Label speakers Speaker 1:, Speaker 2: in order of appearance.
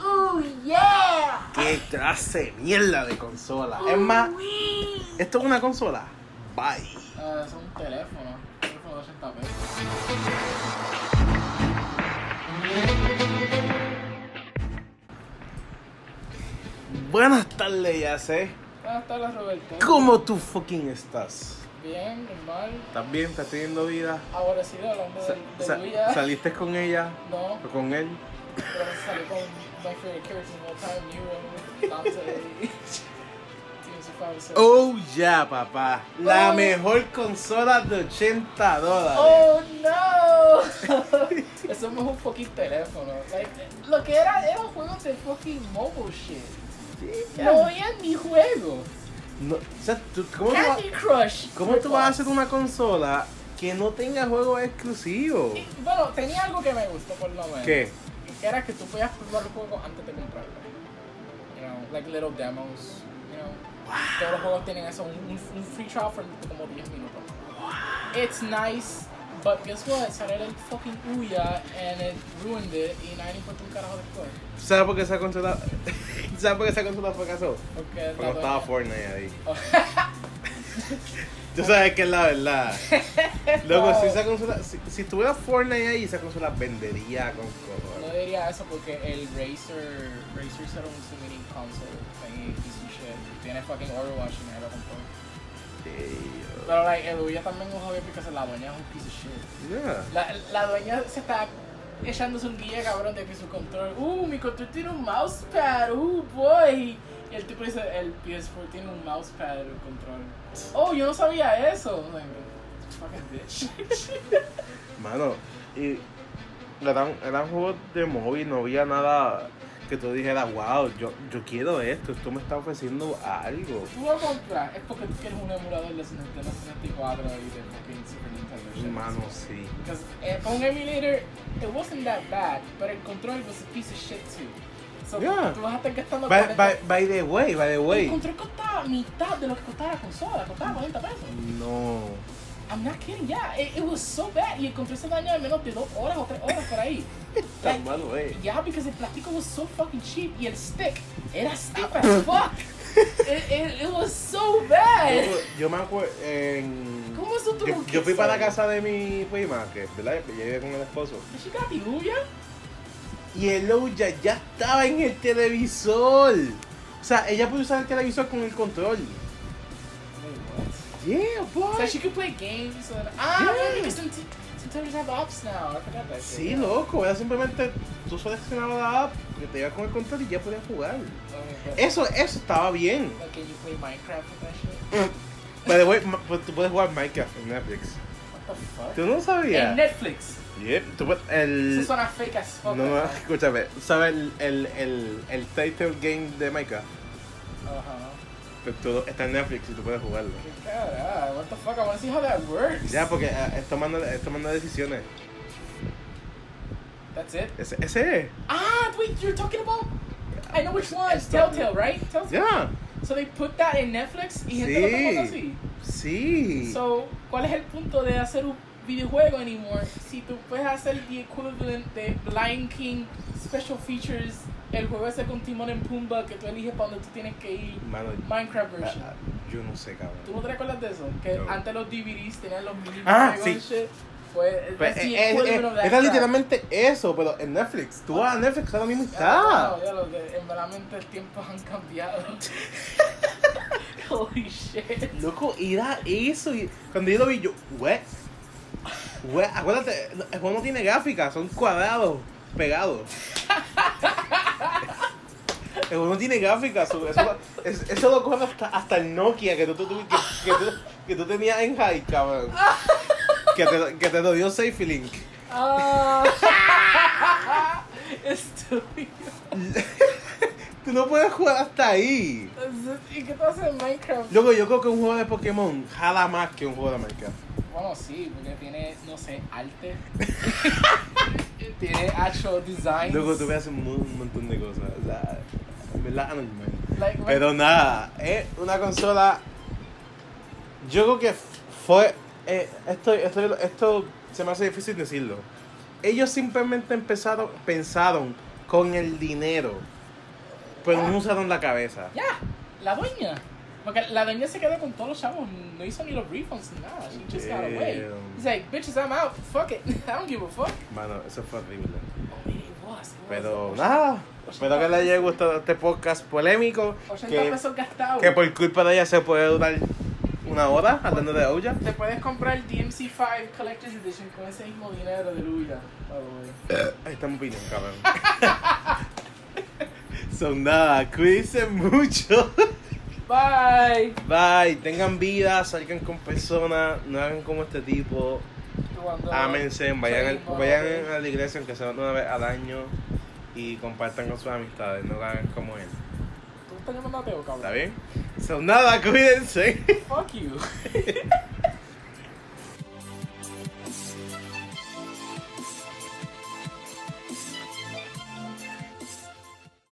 Speaker 1: Ah,
Speaker 2: me hace mierda de consola.
Speaker 1: Oh,
Speaker 2: es más, esto es una consola. Bye.
Speaker 1: Ah, es un teléfono. Un teléfono de 80 pesos.
Speaker 2: Buenas tardes, ya sé.
Speaker 1: Buenas tardes, Ah, Roberto.
Speaker 2: ¿Cómo tú fucking estás?
Speaker 1: Bien, normal.
Speaker 2: ¿Estás bien? ¿Estás teniendo vida?
Speaker 1: Aborrecido hablando de,
Speaker 2: Sa-
Speaker 1: de
Speaker 2: sa-
Speaker 1: tuya.
Speaker 2: ¿Saliste con ella?
Speaker 1: No,
Speaker 2: ¿O con él?
Speaker 1: pero salí con My Favorite Characters of All Time, Nero, Dante, Team Survivor Series.
Speaker 2: Oh, ya, papá. La
Speaker 1: Oh.
Speaker 2: mejor consola de 80 dólares.
Speaker 1: Oh no! Eso es más un fucking teléfono. Like, lo que era eran juegos de fucking mobile shit. No había ni juego.
Speaker 2: No, o sea, tú- ¿cómo, tú, vas-
Speaker 1: Candy Crush.
Speaker 2: cómo tú vas a hacer
Speaker 1: Flip-flops.
Speaker 2: una consola que no tenga juegos exclusivos?
Speaker 1: Y, Bueno, tenía algo que me gustó por lo menos.
Speaker 2: ¿Qué?
Speaker 1: Que era que tú podías probar el juego antes de comprarlo. You know, like little demos. You know. Todos los juegos tienen eso, un, un- un free trial for como 10 minutos. It's nice, but guess what? Salió el fucking Uya and it ruined it y nadie le importó un carajo después.
Speaker 2: ¿Sabes por qué esa consola, ¿sabes por qué esa consola fracasó?
Speaker 1: Porque
Speaker 2: Porque
Speaker 1: la
Speaker 2: estaba
Speaker 1: dueña-
Speaker 2: Fortnite ahí. Tú sabes que es la verdad. Luego,
Speaker 1: No.
Speaker 2: si esa consola, si, si tuviera Fortnite ahí, esa consola vendería con
Speaker 1: No
Speaker 2: color.
Speaker 1: diría eso porque el Razer, Razer era un mini console thingy, piece of shit. Tiene fucking Overwatch y me lo compró. Pero like, el Uya también es un hobby porque la dueña es un piece of shit.
Speaker 2: Yeah.
Speaker 1: La, la dueña se está echándose un guía, cabrón, de que su control. Uh, mi control tiene un mousepad, uh, boy. Y el tipo dice, el PS4 tiene un mousepad, el control. Oh, yo no sabía eso. Like, fucking bitch.
Speaker 2: Mano, y eran, eran juegos de móvil, no había nada que tú dijeras, wow, yo, yo quiero esto, esto me está ofreciendo algo.
Speaker 1: Tú lo compras, es porque tú quieres un emulador de Nintendo 64 y de fucking Super Nintendo. shit.
Speaker 2: Mano, sí.
Speaker 1: Because eh, con emulator, it wasn't that bad, but el control was a piece of shit too. So,
Speaker 2: Yeah.
Speaker 1: tú vas a estar gastando
Speaker 2: By,
Speaker 1: 40
Speaker 2: by- by the way, by the
Speaker 1: El
Speaker 2: way.
Speaker 1: control costaba mitad de lo que costaba la consola, costaba 40 pesos.
Speaker 2: No.
Speaker 1: I'm not kidding, yeah, it, it was so bad. Y el control se dañó en menos de 2 horas o 3 horas por ahí.
Speaker 2: Tan malo es.
Speaker 1: Yeah, because el plástico was so fucking cheap y el stick era stiff as fuck. It, it, it was so
Speaker 2: Yo,
Speaker 1: bad.
Speaker 2: yo me acuerdo en...
Speaker 1: ¿Cómo eso tú no
Speaker 2: yo, yo fui
Speaker 1: quieres
Speaker 2: para la
Speaker 1: saber?
Speaker 2: casa de mi prima, que ¿verdad? Yo llegué con el esposo.
Speaker 1: Did she got the Luya?
Speaker 2: Y el Ouya ya estaba en el televisor. O sea, ella puede usar el televisor con el control. Yeah, boy.
Speaker 1: So she could play games. And, ah,
Speaker 2: Yeah.
Speaker 1: yeah. because Nint- Nintendo have apps now. I forgot that.
Speaker 2: Sí,
Speaker 1: shit.
Speaker 2: loco, era simplemente tú seleccionabas la app, que te ibas con el control y ya podías jugar.
Speaker 1: Okay, but-
Speaker 2: Eso, eso estaba bien.
Speaker 1: Like, can you play Minecraft with that shit?
Speaker 2: By the way, ma- pues, tú puedes jugar Minecraft en Netflix.
Speaker 1: What the fuck?
Speaker 2: ¿Tú no
Speaker 1: En
Speaker 2: sabías?
Speaker 1: Netflix.
Speaker 2: Yep, tú puedes-
Speaker 1: Eso
Speaker 2: el...
Speaker 1: suena fake as
Speaker 2: No,
Speaker 1: fuck.
Speaker 2: no,
Speaker 1: Ajá.
Speaker 2: escúchame. ¿Sabes el, el, el, el title game de Minecraft?
Speaker 1: Uh-huh.
Speaker 2: Pues todo está en Netflix y tú puedes jugarlo.
Speaker 1: Carajo, what the fuck? I wanna see how that works.
Speaker 2: Ya, porque ah, es tomando, es tomando decisiones.
Speaker 1: That's it.
Speaker 2: Ese, ese es.
Speaker 1: Ah, wait, you're talking about? I know which one.
Speaker 2: It's not-
Speaker 1: Telltale, right? Telltale.
Speaker 2: Ya.
Speaker 1: So they put that in Netflix y gente
Speaker 2: Sí.
Speaker 1: lo está así.
Speaker 2: Sí.
Speaker 1: So, ¿cuál es el punto de hacer un videojuego anymore si tú puedes hacer the equivalent de Blind King special features, el juego ese con Timon en Pumba que tú eliges para donde tú tienes que ir,
Speaker 2: Mano,
Speaker 1: Minecraft
Speaker 2: ah,
Speaker 1: version?
Speaker 2: ah, yo no sé, cabrón.
Speaker 1: ¿Tú no te recuerdas de eso? Que
Speaker 2: No.
Speaker 1: antes los DVDs tenían los mini
Speaker 2: Ah,
Speaker 1: videojuegos
Speaker 2: sí.
Speaker 1: and shit. Pues, that's
Speaker 2: Pues,
Speaker 1: the
Speaker 2: eh, eh,
Speaker 1: equivalent
Speaker 2: eh,
Speaker 1: of that
Speaker 2: era
Speaker 1: crap.
Speaker 2: literalmente eso, pero en Netflix. Tú vas a Netflix ahora mismo y
Speaker 1: Ah,
Speaker 2: está.
Speaker 1: no, ya lo que en verdaderamente los tiempos han cambiado. Holy shit.
Speaker 2: Loco, era eso. Y cuando yo lo vi, yo, güey. Güey, acuérdate, el juego no tiene gráficas, son cuadrados pegados. El juego no tiene gráficas, so- eso, es- eso lo coge hasta, hasta el Nokia que tú, tú- tú- que, que tú, que tú tenías en high, cabrón. Que te, lo- que te lo dio Safe Link.
Speaker 1: Ah. Estúpido.
Speaker 2: Tú no puedes jugar hasta ahí.
Speaker 1: ¿Y qué te hace en Minecraft?
Speaker 2: Loco, yo creo que un juego de Pokémon jala más que un juego de Minecraft.
Speaker 1: Bueno, sí, porque tiene, no sé, arte. tiene actual design.
Speaker 2: Luego tú ves un, mon- un montón de cosas. O sea, en verdad anormal.
Speaker 1: Like, when-
Speaker 2: Pero nada, es una consola. Yo creo que f- fue. eh, esto, esto, esto se me hace difícil decirlo. Ellos simplemente empezaron, pensaron con el dinero Pero no usaron la cabeza.
Speaker 1: Ya, la dueña. Porque la dueña se quedó con todos los chavos, no hizo ni los refunds ni nada. She just got away.
Speaker 2: Damn.
Speaker 1: She's like, bitches, I'm out. Fuck it. I don't give a fuck.
Speaker 2: Mano, eso fue horrible.
Speaker 1: Oh, it was, it was.
Speaker 2: Pero
Speaker 1: Ocho-
Speaker 2: nada, espero que les haya
Speaker 1: 80
Speaker 2: gustado este podcast polémico.
Speaker 1: 80
Speaker 2: Que,
Speaker 1: pesos gastados.
Speaker 2: que por culpa de ella se puede durar una hora hablando de Ouya.
Speaker 1: Te puedes comprar el DMC5 Collector's Edition con ese mismo dinero de Luya. by the way.
Speaker 2: Ahí está mi opinión, cabrón. Son nada, cuídense mucho.
Speaker 1: Bye.
Speaker 2: Bye, tengan vida, salgan con personas, no hagan como este tipo.
Speaker 1: Cuando-
Speaker 2: Ámense, vayan, al-
Speaker 1: Seguimos,
Speaker 2: vayan
Speaker 1: ok.
Speaker 2: a la iglesia aunque sea una vez al año y compartan con sus amistades, no hagan como él.
Speaker 1: Tú estás llamando a Teo, cabrón.
Speaker 2: ¿Está bien? Son nada, cuídense.
Speaker 1: Fuck you.